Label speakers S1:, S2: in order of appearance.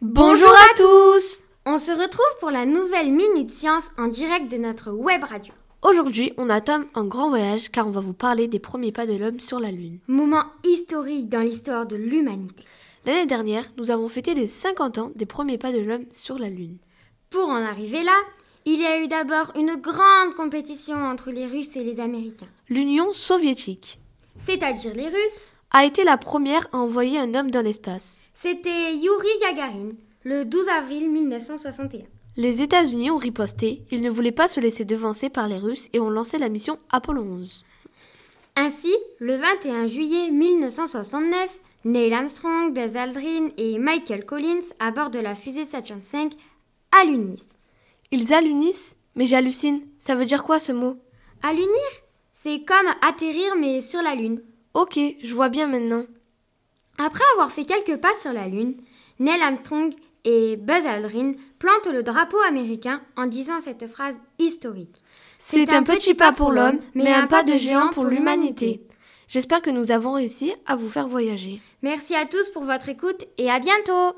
S1: Bonjour à tous
S2: On se retrouve pour la nouvelle Minute Science en direct de notre web radio.
S1: Aujourd'hui, on entame un grand voyage car on va vous parler des premiers pas de l'homme sur la Lune.
S2: Moment historique dans l'histoire de l'humanité.
S1: L'année dernière, nous avons fêté les 50 ans des premiers pas de l'homme sur la Lune.
S2: Pour en arriver là, il y a eu d'abord une grande compétition entre les Russes et les Américains,
S1: L'Union soviétique
S2: c'est-à-dire les Russes.
S1: a été la première à envoyer un homme dans l'espace.
S2: C'était Yuri Gagarin, le 12 avril 1961.
S1: Les États-Unis ont riposté, ils ne voulaient pas se laisser devancer par les Russes et ont lancé la mission Apollo 11.
S2: Ainsi, le 21 juillet 1969, Neil Armstrong, Buzz Aldrin et Michael Collins à bord de la fusée Saturn V allunissent.
S1: Ils allunissent Mais j'hallucine, ça veut dire quoi ce mot
S2: Allunir, c'est comme atterrir mais sur la Lune.
S1: Ok, je vois bien maintenant.
S2: Après avoir fait quelques pas sur la Lune, Neil Armstrong et Buzz Aldrin plantent le drapeau américain en disant cette phrase historique.
S1: C'est un petit pas pour l'homme, mais un pas de géant pour l'humanité. J'espère que nous avons réussi à vous faire voyager.
S2: Merci à tous pour votre écoute et à bientôt